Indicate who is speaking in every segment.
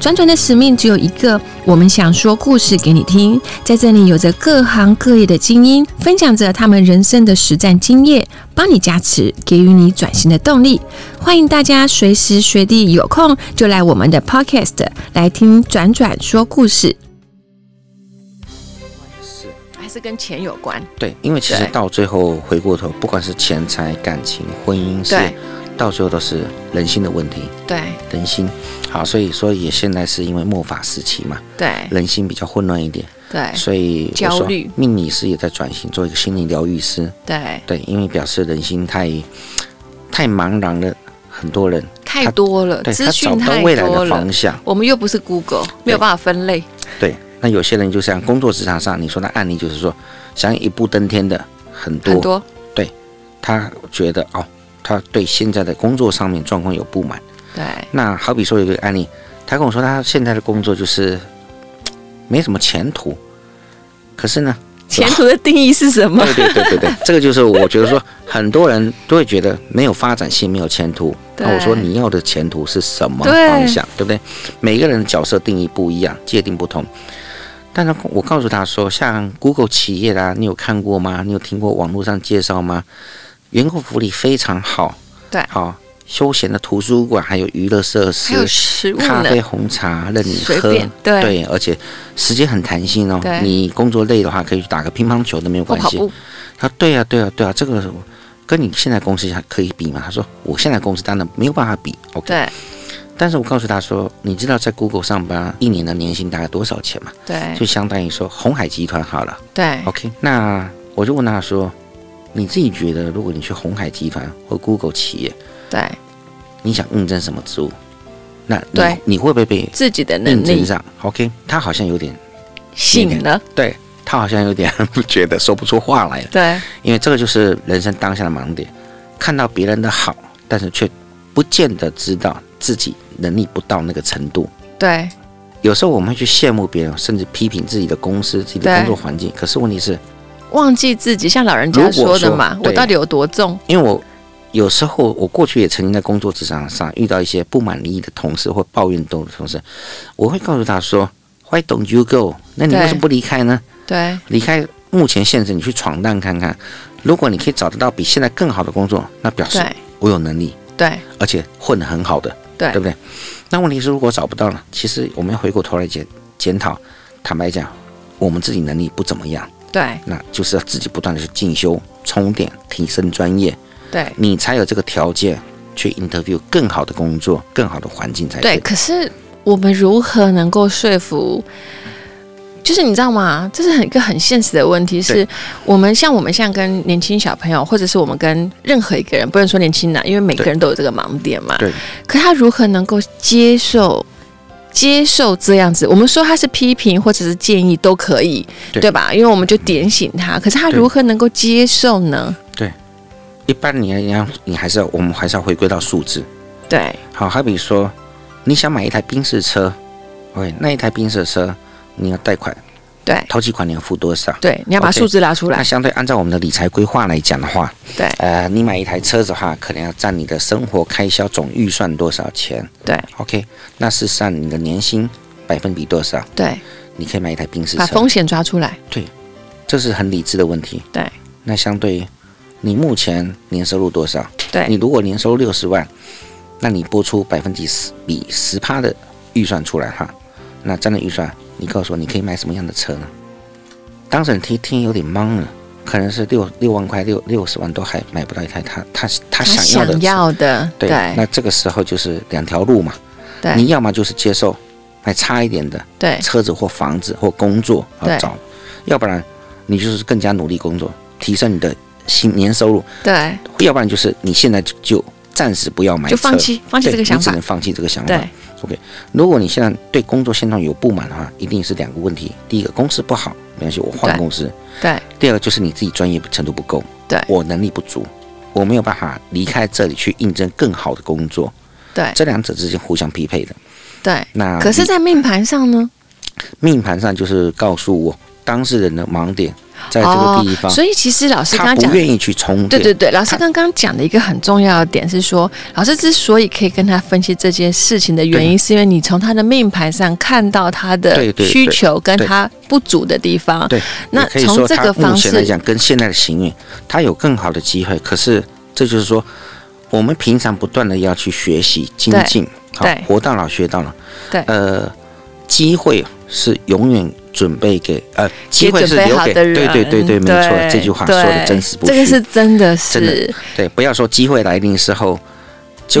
Speaker 1: 转转的使命只有一个，我们想说故事给你听。在这里，有着各行各业的精英，分享着他们人生的实战经验，帮你加持，给予你转型的动力。欢迎大家随时随地有空就来我们的 Podcast 来听转转说故事。
Speaker 2: 是
Speaker 1: 还是跟钱有关，
Speaker 2: 对，因为其实
Speaker 1: 对
Speaker 2: 到最后回过头，不管是钱财、感情、婚姻，是
Speaker 1: 对
Speaker 2: 到最后都是人心的问题，
Speaker 1: 对
Speaker 2: 人心。好，所以说也现在是因为末法时期嘛，
Speaker 1: 对
Speaker 2: 人心比较混乱一点，
Speaker 1: 对
Speaker 2: 所以我
Speaker 1: 哎焦
Speaker 2: 说
Speaker 1: 虑
Speaker 2: 命理师也在转型，做一个心理疗愈师。
Speaker 1: 对，
Speaker 2: 对，因为表示人心太太茫然了，很多人
Speaker 1: 太多了，
Speaker 2: 对
Speaker 1: 呃资
Speaker 2: 他找
Speaker 1: 讯
Speaker 2: 不到
Speaker 1: 太
Speaker 2: 未来
Speaker 1: 多
Speaker 2: 的
Speaker 1: 了
Speaker 2: 方。向。
Speaker 1: 我们又不是 Google，没有办法分类。
Speaker 2: 对，那有些人就像工作职场上你说的案例，就是说想一步登天的
Speaker 1: 很多
Speaker 2: 他觉得哦，他对现在的工作上面状况有不满。
Speaker 1: 对
Speaker 2: 那好比说有一个案例，他跟我说他现在的工作就是嘖没什么前途，可是呢，
Speaker 1: 前途的定义是什么？
Speaker 2: 对 对对对对，这个就是我觉得说很多人都会觉得没有发展性，没有前途。
Speaker 1: 对
Speaker 2: 那我说你要的前途是什么
Speaker 1: 对
Speaker 2: 方向，对不对？每个人的角色定义不一样，界定不同。但是我告诉他说，像 Google 企业啊啦、你有看过吗？你有听过网络上介绍吗？员工福利非常好，
Speaker 1: 对
Speaker 2: 好休闲的图书馆，还有娱乐设
Speaker 1: 还有
Speaker 2: 施、
Speaker 1: 食物
Speaker 2: 咖
Speaker 1: 呢
Speaker 2: 啡、，红茶，任你
Speaker 1: 随
Speaker 2: 喝。
Speaker 1: 便对
Speaker 2: 对，而且时间很弹性哦
Speaker 1: 对。
Speaker 2: 你工作累的话，可以去打个乒乓球都没有
Speaker 1: 或
Speaker 2: 关
Speaker 1: 跑
Speaker 2: 系。
Speaker 1: 步，
Speaker 2: 他说对啊，对啊，对啊，这个跟你现在公司还可以比吗？他说我现在公司当然没有办法比，OK。
Speaker 1: 对
Speaker 2: 但是我告诉他说，你知道在 Google 上班一年的年薪大概多少钱吗？
Speaker 1: 对
Speaker 2: 就相当于说红海集团好了
Speaker 1: 对
Speaker 2: ，OK。那我就问他说，你自己觉得如果你去红海集团或 Google 企业，
Speaker 1: 对，
Speaker 2: 你想应征什么职务？那你
Speaker 1: 对
Speaker 2: 你会不会被
Speaker 1: 自己的
Speaker 2: 应
Speaker 1: 能
Speaker 2: 征
Speaker 1: 力
Speaker 2: 上？OK，他好像有点，
Speaker 1: 醒了，
Speaker 2: 对他好像有点 不觉得说不出话来了。
Speaker 1: 对
Speaker 2: 因为这个就是人生当下的盲点，看到别人的好，但是却不见得知道自己能力不到那个程度。
Speaker 1: 对
Speaker 2: 有时候我们会去羡慕别人，甚至批评自己的公司、自己的
Speaker 1: 对
Speaker 2: 工作环境。可是问题是，
Speaker 1: 忘记自己，像老人家
Speaker 2: 如果
Speaker 1: 说的
Speaker 2: 说
Speaker 1: 嘛，我
Speaker 2: 对
Speaker 1: 到底有多重？
Speaker 2: 因为我有时候我过去也曾经在工作职场上遇到一些不满意的同事或抱怨多的同事，我会告诉他说：“Why don't you go？那你
Speaker 1: 对
Speaker 2: 为什么不离开呢？
Speaker 1: 对
Speaker 2: 离开目前现实，你去闯荡看看。如果你可以找得到比现在更好的工作，那表示
Speaker 1: 对
Speaker 2: 我有能力。”
Speaker 1: 对
Speaker 2: 而且混得很好的，
Speaker 1: 对
Speaker 2: 对不对？那问题是，如果找不到呢？其实我们要回过头来检检讨，坦白讲，我们自己能力不怎么样，
Speaker 1: 对
Speaker 2: 那就是要自己不断的去进修、充电、提升专业，
Speaker 1: 对
Speaker 2: 你才有这个条件去 interview 更好的工作、更好的环境才
Speaker 1: 对，可是我们如何能够说服？就是你知道吗？这是很一个很现实的问题，是我们像我们像跟年轻小朋友，或者是我们跟任何一个人，不能说年轻人啊，因为每个
Speaker 2: 对
Speaker 1: 人都有这个盲点嘛。
Speaker 2: 对
Speaker 1: 可他如何能够接受接受这样子？我们说他是批评或者是建议都可以，
Speaker 2: 对嗯
Speaker 1: 吧？因为我们就点醒他，可是他
Speaker 2: 对
Speaker 1: 如何能够接受呢？
Speaker 2: 一般你你要你还是要我们还是要回归到数字。
Speaker 1: 对
Speaker 2: 好，好比说，你想买一台宾士车，OK，那一台宾士车你要贷款，
Speaker 1: 对
Speaker 2: 头期款你要付多少？
Speaker 1: 对，你要把
Speaker 2: OK
Speaker 1: 数字拉出来
Speaker 2: 那相对按照我们的理财规划来讲的话，
Speaker 1: 对
Speaker 2: 呃，你买一台车子的话，可能要占你的生活开销总预算多少钱
Speaker 1: 对
Speaker 2: ？OK，那事实上你的年薪百分比多少？
Speaker 1: 对，
Speaker 2: 你可以买一台宾士
Speaker 1: 把
Speaker 2: 车，
Speaker 1: 风险抓出来。
Speaker 2: 这是很理智的问题。
Speaker 1: 对
Speaker 2: 那相对你目前年收入多少？你
Speaker 1: 对
Speaker 2: 如果年收入六十万，那你拨出百分之十比十趴的预算出来哈，那这样的预算，你告诉我你可以买什么样的车呢？当事人听听有点懵了，可能是六六万块六六十万都还买不到一台他他
Speaker 1: 他
Speaker 2: 他想要的
Speaker 1: 想
Speaker 2: 车
Speaker 1: 要的，
Speaker 2: 对，
Speaker 1: 对
Speaker 2: 那这个时候就是两条路嘛，
Speaker 1: 对
Speaker 2: 你要么就是接受买差一点的
Speaker 1: 对
Speaker 2: 车子或房子或工作啊
Speaker 1: 对
Speaker 2: 找，要不然你就是更加努力工作，提升你的薪年收入，
Speaker 1: 对，
Speaker 2: 要不然就是你现在就就暂时不要买车，
Speaker 1: 就放弃放弃
Speaker 2: 对
Speaker 1: 这个想
Speaker 2: 你只
Speaker 1: 法
Speaker 2: 能。放弃这个想法
Speaker 1: 对。
Speaker 2: OK，如果你现在对工作现状有不满的话，一定是两个问题：第一个，公司不好，没关系，我换
Speaker 1: 对
Speaker 2: 公司；
Speaker 1: 对
Speaker 2: 第二个就是你自己专业程度不够，
Speaker 1: 对
Speaker 2: 我能力不足，我没有办法离开这里去应征更好的工作。
Speaker 1: 对
Speaker 2: 这两者之间互相匹配的。
Speaker 1: 对。
Speaker 2: 那
Speaker 1: 可是，在命盘上呢？
Speaker 2: 命盘上就是告诉我当事人的盲点在这个地方，
Speaker 1: 哦所以其实老师刚
Speaker 2: 他
Speaker 1: 刚
Speaker 2: 不
Speaker 1: 讲，
Speaker 2: 愿意去充
Speaker 1: 对
Speaker 2: 电。
Speaker 1: 对对，老师刚刚讲的一个很重要的点是说，老师之所以可以跟他分析这件事情的原因，是因为你从他的命盘上看到他的
Speaker 2: 对对对
Speaker 1: 需求跟他不足的地方。
Speaker 2: 对，
Speaker 1: 啊那
Speaker 2: 也可以
Speaker 1: 从
Speaker 2: 说
Speaker 1: 这个
Speaker 2: 他目
Speaker 1: 方
Speaker 2: 前
Speaker 1: 式
Speaker 2: 来讲，跟现在的行运，他有更好的机会。可是，这就是说，我们平常不断的要去学习精
Speaker 1: 对
Speaker 2: 进，好
Speaker 1: 对，
Speaker 2: 活到老学到老。
Speaker 1: 对
Speaker 2: 呃，机会是永远准备给呃，机
Speaker 1: 也
Speaker 2: 会
Speaker 1: 准
Speaker 2: 是
Speaker 1: 备
Speaker 2: 留
Speaker 1: 好
Speaker 2: 给
Speaker 1: 的人，
Speaker 2: 对对对对，没错，这句话说的
Speaker 1: 对
Speaker 2: 真实不虚。
Speaker 1: 这个是真的是，
Speaker 2: 真的对，不要说机会来临的时候，结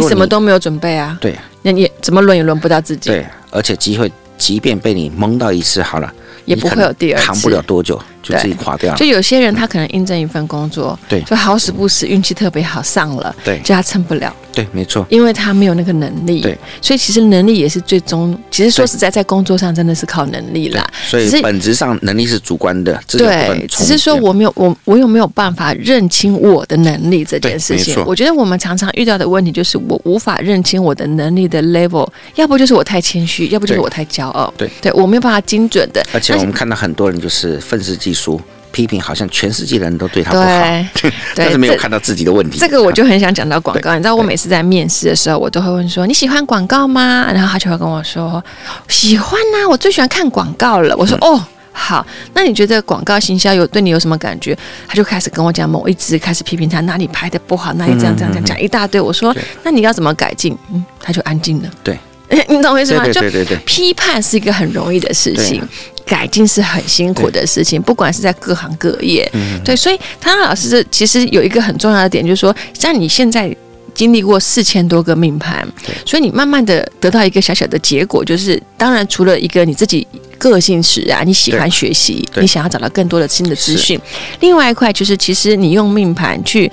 Speaker 1: 你
Speaker 2: 果
Speaker 1: 什么都没有准备啊，
Speaker 2: 对
Speaker 1: 那你也怎么轮也轮不到自己，
Speaker 2: 对，而且机会即便被你蒙到一次好了，
Speaker 1: 也
Speaker 2: 你
Speaker 1: 不
Speaker 2: 可
Speaker 1: 会
Speaker 2: 能
Speaker 1: 有第二次，
Speaker 2: 扛不了多久就自己垮掉了
Speaker 1: 就。有些人他可能应征一份工作，
Speaker 2: 对
Speaker 1: 就好死不死运气特别好上了，
Speaker 2: 对
Speaker 1: 就他撑不了，
Speaker 2: 对，没错，
Speaker 1: 因为他没有那个能力，
Speaker 2: 对，
Speaker 1: 所以其实能力也是最终，其实说实在，在工作上真的是靠能力啦，
Speaker 2: 所
Speaker 1: 只是
Speaker 2: 以本质上能力是主观的，这个不
Speaker 1: 对
Speaker 2: 能，
Speaker 1: 只
Speaker 2: 重
Speaker 1: 是说
Speaker 2: 叠
Speaker 1: 我没有我我有没有办法认清我的能力这
Speaker 2: 对
Speaker 1: 件事
Speaker 2: 没
Speaker 1: 情
Speaker 2: 错。
Speaker 1: 我觉得我们常常遇到的问题就是我无法认清我的能力的 level，要不就是我太谦虚，要不就是
Speaker 2: 对
Speaker 1: 我太骄傲。
Speaker 2: 对，
Speaker 1: 对我没有办法精准的。
Speaker 2: 而且
Speaker 1: 那
Speaker 2: 我们看到很多人就是愤世嫉俗，批评好像全世界人都对哎他不好，
Speaker 1: 对
Speaker 2: 但是没有
Speaker 1: 这
Speaker 2: 看到自己的问题。
Speaker 1: 这个我就很想讲到广告，
Speaker 2: 对
Speaker 1: 你知道我每次在面试的时候，我都会问说你喜欢广告吗？然后他就会跟我说喜欢呐、我最喜欢看广告了。我说、
Speaker 2: 嗯
Speaker 1: 哦。好，那你觉得广告行销有对你有什么感觉？他就开始跟我讲某一支，开始批评他哪里拍的不好，哪里这样这样这
Speaker 2: 嗯
Speaker 1: 样讲一大堆。我说
Speaker 2: 对
Speaker 1: 那你要怎么改进？嗯，他就安静了。
Speaker 2: 对，
Speaker 1: 你懂我意思
Speaker 2: 对
Speaker 1: 吗？
Speaker 2: 对
Speaker 1: 就
Speaker 2: 对对对，
Speaker 1: 批判是一个很容易的事情
Speaker 2: 对，啊
Speaker 1: 改进是很辛苦的事情，不管是在各行各业。
Speaker 2: 嗯
Speaker 1: 对，所以汤老师这其实有一个很重要的点，就是说，像你现在。经历过四千多个命盘，所以你慢慢的得到一个小小的结果，就是当然除了一个你自己个性使然，你喜欢学习，
Speaker 2: 对
Speaker 1: 你想要找到更多的新的资
Speaker 2: 是
Speaker 1: 讯，另外一块就是其实你用命盘去，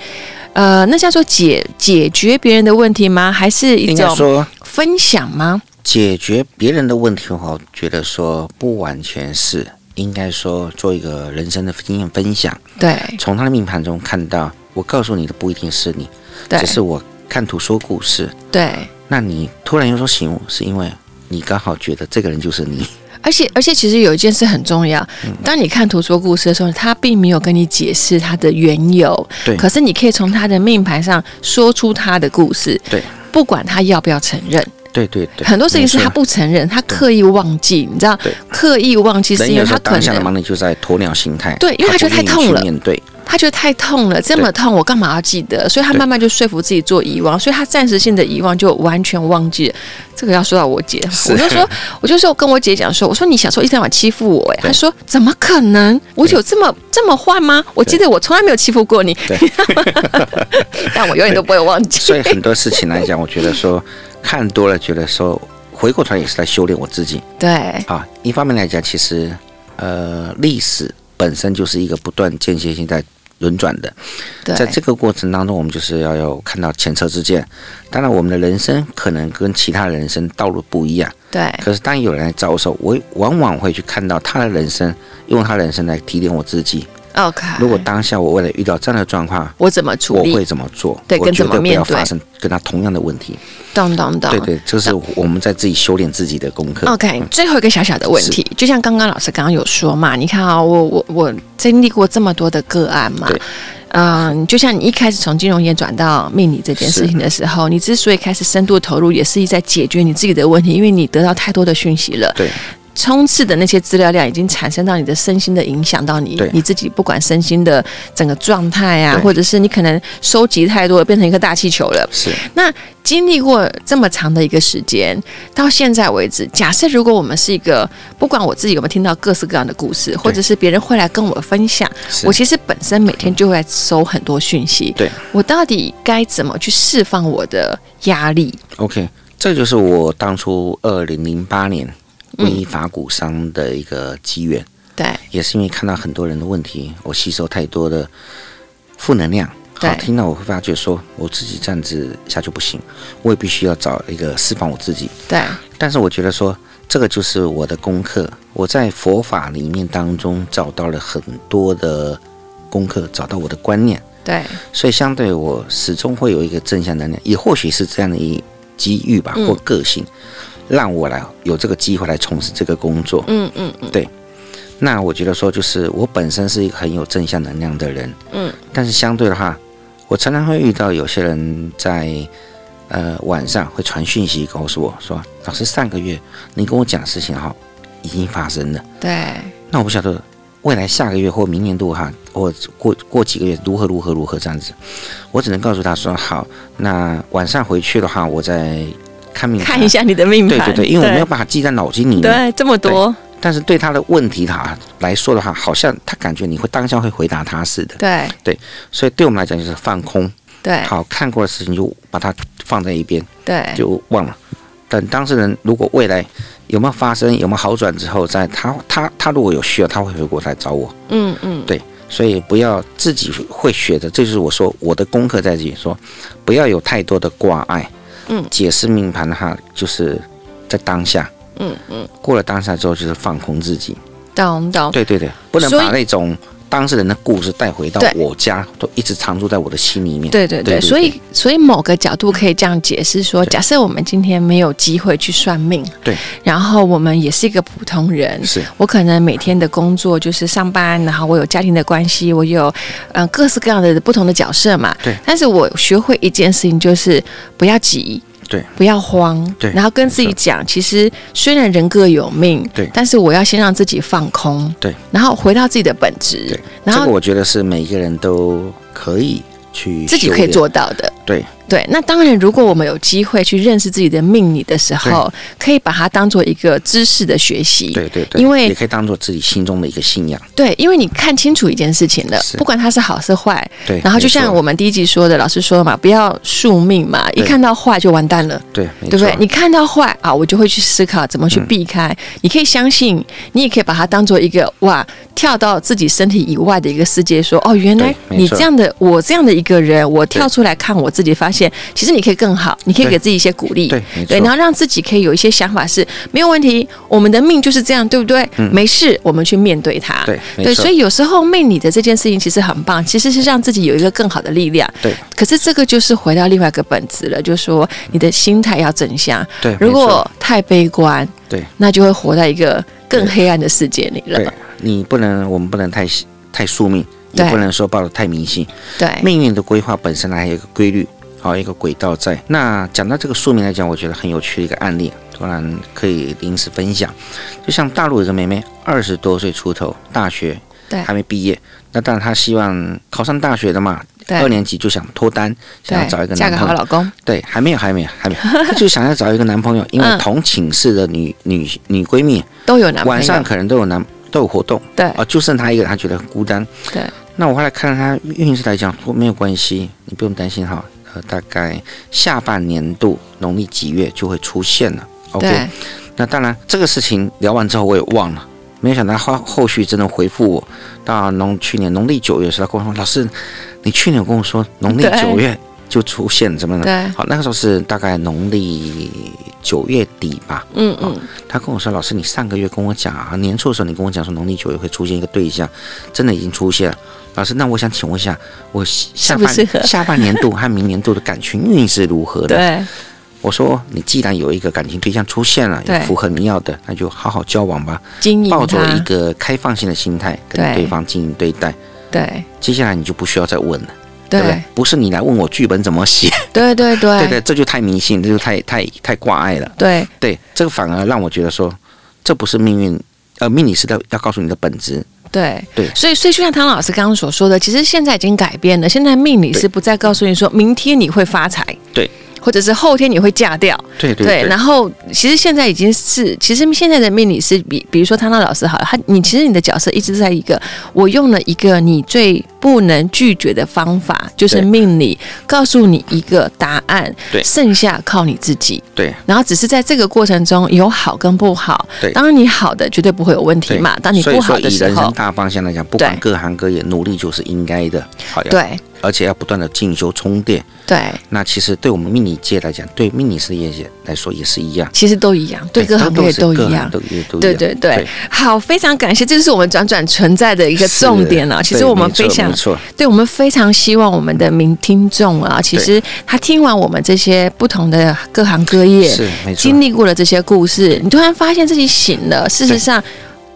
Speaker 1: 呃，那叫做解解决别人的问题吗？还是一
Speaker 2: 应该
Speaker 1: 种
Speaker 2: 说
Speaker 1: 分享吗？
Speaker 2: 解决别人的问题，我觉得说不完全是，应该说做一个人生的经验分享，
Speaker 1: 对
Speaker 2: 从他的命盘中看到，我告诉你的不一定是你，
Speaker 1: 对
Speaker 2: 只是我看图说故事。
Speaker 1: 对。
Speaker 2: 那你突然有所醒悟，是因为你刚好觉得这个人就是你，
Speaker 1: 而且而且，其实有一件事很重要，
Speaker 2: 嗯
Speaker 1: 当你看图说故事的时候，他并没有跟你解释他的缘由，
Speaker 2: 对
Speaker 1: 可是你可以从他的命盘上说出他的故事，
Speaker 2: 对，
Speaker 1: 不管他要不要承认，
Speaker 2: 对对对，
Speaker 1: 很多事情是
Speaker 2: 没错
Speaker 1: 他不承认，他刻意忘记，你知道
Speaker 2: 对，
Speaker 1: 刻意忘记是
Speaker 2: 人
Speaker 1: 因为
Speaker 2: 有时
Speaker 1: 他
Speaker 2: 候
Speaker 1: 可
Speaker 2: 当下的
Speaker 1: 能
Speaker 2: 忙点就在鸵鸟心态，
Speaker 1: 对因为他觉得
Speaker 2: 不愿意
Speaker 1: 太痛
Speaker 2: 去
Speaker 1: 了
Speaker 2: 面对，
Speaker 1: 他觉得太痛了，这么痛我干嘛要记得？所以他慢慢就说服自己做遗忘，所以他暂时性的遗忘就完全忘记了。这个要说到我姐，
Speaker 2: 是
Speaker 1: 我就说，我就说跟我姐讲说，我说你小时候一天到晚欺负我，哎，
Speaker 2: 对
Speaker 1: 她说怎么可能？我有这么这么坏吗？我记得我从来没有欺负过你，
Speaker 2: 对
Speaker 1: 但我永远都不会忘 记。
Speaker 2: 所以很多事情来讲，我觉得说看多了，觉得说回过头来也是在修炼我自己
Speaker 1: 对
Speaker 2: 啊。一方面来讲，其实呃，历史本身就是一个不断间歇性在轮转的，
Speaker 1: 对
Speaker 2: 在这个过程当中，我们就是要有看到前车之鉴。当然，我们的人生可能跟其他人生道路不一样，
Speaker 1: 对
Speaker 2: 可是当有人来找我的时候，我往往会去看到他的人生，用他人生来提点我自己。
Speaker 1: ，OK。
Speaker 2: 如果当下我未来遇到这样的状况，
Speaker 1: 我怎么处
Speaker 2: 我
Speaker 1: 理？
Speaker 2: 会怎么做？
Speaker 1: 对
Speaker 2: 我
Speaker 1: 跟
Speaker 2: 绝
Speaker 1: 怎么
Speaker 2: 对不
Speaker 1: 面
Speaker 2: 要
Speaker 1: 对
Speaker 2: 发生跟他同样的问题。
Speaker 1: 懂懂懂。哦
Speaker 2: 对对，这是我们在自己修炼自己的功课。
Speaker 1: OK，最后一个小小的问题，就像刚刚老师刚刚有说嘛，你看啊、我我我经历过这么多的个案嘛
Speaker 2: 对，
Speaker 1: 嗯、就像你一开始从金融业转到命理这件事情的时候，你之所以开始深度投入，也是在解决你自己的问题，因为你得到太多的讯息了，
Speaker 2: 对
Speaker 1: 冲刺的那些资料量已经产生到你的身心的影响到你
Speaker 2: 对
Speaker 1: 你自己，不管身心的整个状态啊，
Speaker 2: 对
Speaker 1: 或者是你可能收集太多了，变成一颗大气球了。
Speaker 2: 是
Speaker 1: 经历过这么长的一个时间，到现在为止，假设如果我们是一个，不管我自己有没有听到各式各样的故事，或者是别人会来跟我分享，
Speaker 2: 是
Speaker 1: 我其实本身每天就会来收很多讯息。
Speaker 2: 对
Speaker 1: 我到底该怎么去释放我的压力？
Speaker 2: OK，这就是我当初二零零八年皈依法鼓山的一个机缘，
Speaker 1: 对
Speaker 2: 也是因为看到很多人的问题，我吸收太多的负能量。
Speaker 1: 对
Speaker 2: 好，听到我会发觉说，我自己这样子下去不行，我也必须要找一个释放我自己。
Speaker 1: 对
Speaker 2: 但是我觉得说，这个就是我的功课。我在佛法里面当中找到了很多的功课，找到我的观念，
Speaker 1: 对
Speaker 2: 所以相对我始终会有一个正向能量，也或许是这样的一机遇吧，
Speaker 1: 嗯
Speaker 2: 或个性，让我来有这个机会来从事这个工作。
Speaker 1: 嗯嗯嗯
Speaker 2: 那我觉得说，就是我本身是一个很有正向能量的人，
Speaker 1: 嗯，
Speaker 2: 但是相对的话，我常常会遇到有些人在呃晚上会传讯息告诉我说，老师上个月你跟我讲的事情哈已经发生了，
Speaker 1: 对，
Speaker 2: 那我不晓得未来下个月或明年度哈，或过过几个月如何如何如何这样子，我只能告诉他说好，那晚上回去的话，我再看命
Speaker 1: 看一。下你的命
Speaker 2: 对
Speaker 1: 盘，
Speaker 2: 对对，因为我没有办法记在脑筋里
Speaker 1: 对对
Speaker 2: 面，
Speaker 1: 这么多，
Speaker 2: 但是对他的问题哈来说的话，好像他感觉你会当下会回答他似的，
Speaker 1: 对
Speaker 2: 所以对我们来讲就是放空，
Speaker 1: 对
Speaker 2: 好看过的事情就把它放在一边，
Speaker 1: 对
Speaker 2: 就忘了。等当事人如果未来有没有发生有没有好转之后，在他他他如果有需要，他会回过来找我。
Speaker 1: 嗯嗯
Speaker 2: 所以不要自己会学的，这就是我说我的功课在这里说，不要有太多的挂碍。
Speaker 1: 嗯
Speaker 2: 解释命盘的话，就是在当下，
Speaker 1: 嗯嗯，
Speaker 2: 过了当下之后就是放空自己。
Speaker 1: 懂懂，
Speaker 2: 对对对，不能
Speaker 1: 所以
Speaker 2: 把那种当事人的故事带回到
Speaker 1: 对
Speaker 2: 我家，都一直常驻在我的心里面。
Speaker 1: 对对
Speaker 2: 对
Speaker 1: 对，
Speaker 2: 对
Speaker 1: 所以所以某个角度可以这样解释说，
Speaker 2: 对
Speaker 1: 假设我们今天没有机会去算命，
Speaker 2: 对，
Speaker 1: 然后我们也是一个普通人。
Speaker 2: 是
Speaker 1: 我可能每天的工作就是上班，然后我有家庭的关系，我有嗯、呃各式各样的不同的角色嘛。
Speaker 2: 对
Speaker 1: 但是我学会一件事情，就是不要急，
Speaker 2: 对，
Speaker 1: 不要慌，
Speaker 2: 对
Speaker 1: 然后跟自己讲，其实虽然人各有命，
Speaker 2: 对
Speaker 1: 但是我要先让自己放空，
Speaker 2: 对，
Speaker 1: 然后回到自己的本质
Speaker 2: 对，
Speaker 1: 然
Speaker 2: 这
Speaker 1: 后
Speaker 2: 个，我觉得是每一个人都可以去
Speaker 1: 自己
Speaker 2: 修
Speaker 1: 可以
Speaker 2: 炼
Speaker 1: 做到的。
Speaker 2: 对
Speaker 1: 对，那当然，如果我们有机会去认识自己的命理的时候，可以把它当做一个知识的学习。
Speaker 2: 对对对，
Speaker 1: 因为
Speaker 2: 也可以当做自己心中的一个信仰。
Speaker 1: 对因为你看清楚一件事情了，
Speaker 2: 是
Speaker 1: 不管它是好是坏，
Speaker 2: 对，
Speaker 1: 然后就
Speaker 2: 没错
Speaker 1: 像我们第一集说的，老师说嘛，不要宿命嘛，一
Speaker 2: 对
Speaker 1: 看到坏就完蛋了。
Speaker 2: 对，对
Speaker 1: 对不对？你看到坏啊，我就会去思考怎么
Speaker 2: 嗯
Speaker 1: 去避开。你可以相信，你也可以把它当做一个哇，跳到自己身体以外的一个世界，说哦，原来
Speaker 2: 对没
Speaker 1: 你
Speaker 2: 错
Speaker 1: 这样的我这样的一个人，我跳
Speaker 2: 对
Speaker 1: 出来看我自己，发现其实你可以更好，你可以
Speaker 2: 对
Speaker 1: 给自己一些鼓励。
Speaker 2: 对，没错
Speaker 1: 对，然后让自己可以有一些想法是没有问题，我们的命就是这样，对不对？没事，我们去面对它。
Speaker 2: 嗯对，没
Speaker 1: 对，
Speaker 2: 错
Speaker 1: 所以有时候命理的这件事情其实很棒，其实是让自己有一个更好的力量。
Speaker 2: 对，
Speaker 1: 可是这个就是回到另外一个本质了，就是说你的心态要正向。
Speaker 2: 对，嗯没
Speaker 1: 如
Speaker 2: 错
Speaker 1: 果太悲观，
Speaker 2: 对，
Speaker 1: 那就会活在一个更黑暗的世界里了
Speaker 2: 对。你不能，我们不能太太宿命，也
Speaker 1: 对
Speaker 2: 不能说抱得太迷信。
Speaker 1: 对，
Speaker 2: 命运的规划本身呢，还有一个规律，好一个轨道在。那讲到这个宿命来讲，我觉得很有趣的一个案例，突然可以临时分享。就像大陆有个妹妹，二十多岁出头，大学
Speaker 1: 对
Speaker 2: 还没毕业，那当然她希望考上大学的嘛，
Speaker 1: 对
Speaker 2: 二年级就想脱单，哦想要
Speaker 1: 对，
Speaker 2: 找一个
Speaker 1: 嫁个
Speaker 2: 男朋
Speaker 1: 好
Speaker 2: 友。
Speaker 1: 老公。
Speaker 2: 对，还没有，还没有，还没有， 她就想要找一个男朋友，因为
Speaker 1: 嗯
Speaker 2: 同寝室的女女女闺蜜
Speaker 1: 都有男朋友，
Speaker 2: 晚上可能都有男都有活动。
Speaker 1: 对
Speaker 2: 啊，就剩他一个人，他觉得很孤单。
Speaker 1: 对。
Speaker 2: 那我后来看了他运势来讲，说没有关系，你不用担心哈。呃，大概下半年度农历几月就会出现了。OK。嗯
Speaker 1: 对
Speaker 2: 那当然，这个事情聊完之后我也忘了，没有想到他后后续真的回复我。到农去年农历九月的时候，他跟我说：“老师，你去年有跟我说农历
Speaker 1: 对
Speaker 2: 九月就出现怎么了？”
Speaker 1: 对，嗯
Speaker 2: 好，那个时候是大概农历九月底吧。
Speaker 1: 嗯嗯，
Speaker 2: 他跟我说：“老师，你上个月跟我讲啊，年初的时候你跟我讲说农历九月会出现一个对象，真的已经出现了。老师，那我想请问一下，我下
Speaker 1: 适不
Speaker 2: 半
Speaker 1: 适合
Speaker 2: 下半年度和明年度的感情运是如何的？
Speaker 1: 对
Speaker 2: 我说，你既然有一个感情对象出现了，
Speaker 1: 对
Speaker 2: 也符合你要的，那就好好交往吧，
Speaker 1: 经营
Speaker 2: 抱着
Speaker 1: 它
Speaker 2: 一个开放性的心态跟
Speaker 1: 对
Speaker 2: 对方进行对待。
Speaker 1: 对
Speaker 2: 接下来你就不需要再问了，对不
Speaker 1: 对
Speaker 2: 对？不是你来问我剧本怎么写，
Speaker 1: 对对
Speaker 2: 对
Speaker 1: 对
Speaker 2: 对，这就太迷信，这就太太太挂碍了。”
Speaker 1: 对
Speaker 2: 对，这个反而让我觉得说，这不是命运，呃，命理师的要告诉你的本质。
Speaker 1: 对
Speaker 2: 对
Speaker 1: 所以所以就像汤老师刚刚所说的，其实现在已经改变了，现在命理是不再告诉你说明天你会发财，
Speaker 2: 对，
Speaker 1: 或者是后天你会嫁掉，
Speaker 2: 对对
Speaker 1: 然后其实现在已经是，其实现在的命理是比，比如说汤汤老师好了，他你其实你的角色一直在一个，我用了一个你最不能拒绝的方法，就是
Speaker 2: 对
Speaker 1: 命理告诉你一个答案，
Speaker 2: 对
Speaker 1: 剩下靠你自己。
Speaker 2: 对
Speaker 1: 然后只是在这个过程中有好跟不好，
Speaker 2: 对
Speaker 1: 当然你好的绝对不会有问题
Speaker 2: 对
Speaker 1: 嘛，当你
Speaker 2: 所
Speaker 1: 不
Speaker 2: 以
Speaker 1: 好
Speaker 2: 说
Speaker 1: 的
Speaker 2: 以
Speaker 1: 时
Speaker 2: 人
Speaker 1: 候
Speaker 2: 生，大方向来讲，不管
Speaker 1: 对
Speaker 2: 各行各业，努力就是应该的。好呀，
Speaker 1: 对
Speaker 2: 而且要不断的进修充电。
Speaker 1: 对，
Speaker 2: 那其实对我们命理界来讲，对命理师业界来说也是一样，哎
Speaker 1: 其实都一样，对各行各业
Speaker 2: 是
Speaker 1: 都
Speaker 2: 各
Speaker 1: 一
Speaker 2: 行
Speaker 1: 样。
Speaker 2: 各业都一
Speaker 1: 对
Speaker 2: 样。
Speaker 1: 对对，好，非常感谢，这就是我们转转存在的一个重点了、
Speaker 2: 是
Speaker 1: 其
Speaker 2: 对
Speaker 1: 实我们
Speaker 2: 没错
Speaker 1: 非常
Speaker 2: 没错，
Speaker 1: 对我们非常希望我们的民听众啊，其实他听完我们这些不同的各行各业
Speaker 2: 是没错
Speaker 1: 经，历过了这些故事，你突然发现自己醒了，事实
Speaker 2: 对
Speaker 1: 上。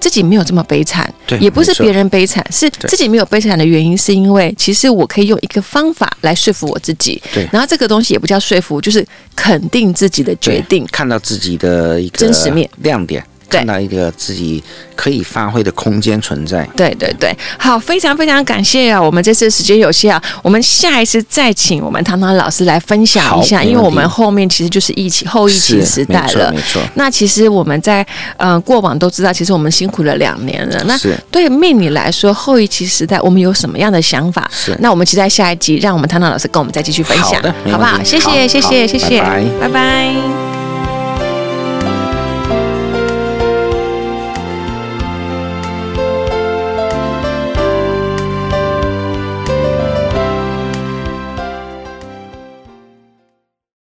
Speaker 1: 自己没有这么悲惨，
Speaker 2: 对
Speaker 1: 也不是
Speaker 2: 没错
Speaker 1: 别人悲惨，是自己没有悲惨的原因，是因为其实我可以用一个方法来说服我自己，
Speaker 2: 对
Speaker 1: 然后这个东西也不叫说服，就是肯定自己的决
Speaker 2: 对
Speaker 1: 定，
Speaker 2: 看到自己的一个
Speaker 1: 真实面
Speaker 2: 亮点，
Speaker 1: 对
Speaker 2: 看到一个自己可以发挥的空间存在。
Speaker 1: 对对对，好，非常非常感谢啊！我们这次时间有限啊，我们下一次再请我们唐唐老师来分享一下，
Speaker 2: 好
Speaker 1: 因
Speaker 2: 没
Speaker 1: 为
Speaker 2: 问题
Speaker 1: 我们后面其实就是疫情后疫情
Speaker 2: 是
Speaker 1: 时代了
Speaker 2: 没错。没错。
Speaker 1: 那其实我们在呃过往都知道，其实我们辛苦了两年了。那
Speaker 2: 是
Speaker 1: 对命理来说，后疫情时代我们有什么样的想法？
Speaker 2: 是
Speaker 1: 那我们期待下一集，让我们唐唐老师跟我们再继续分享，
Speaker 2: 好的没
Speaker 1: 不
Speaker 2: 问
Speaker 1: 好？
Speaker 2: 题
Speaker 1: 谢
Speaker 2: 好
Speaker 1: 谢，谢谢，
Speaker 2: 好
Speaker 1: 谢谢，
Speaker 2: 拜拜
Speaker 1: 拜拜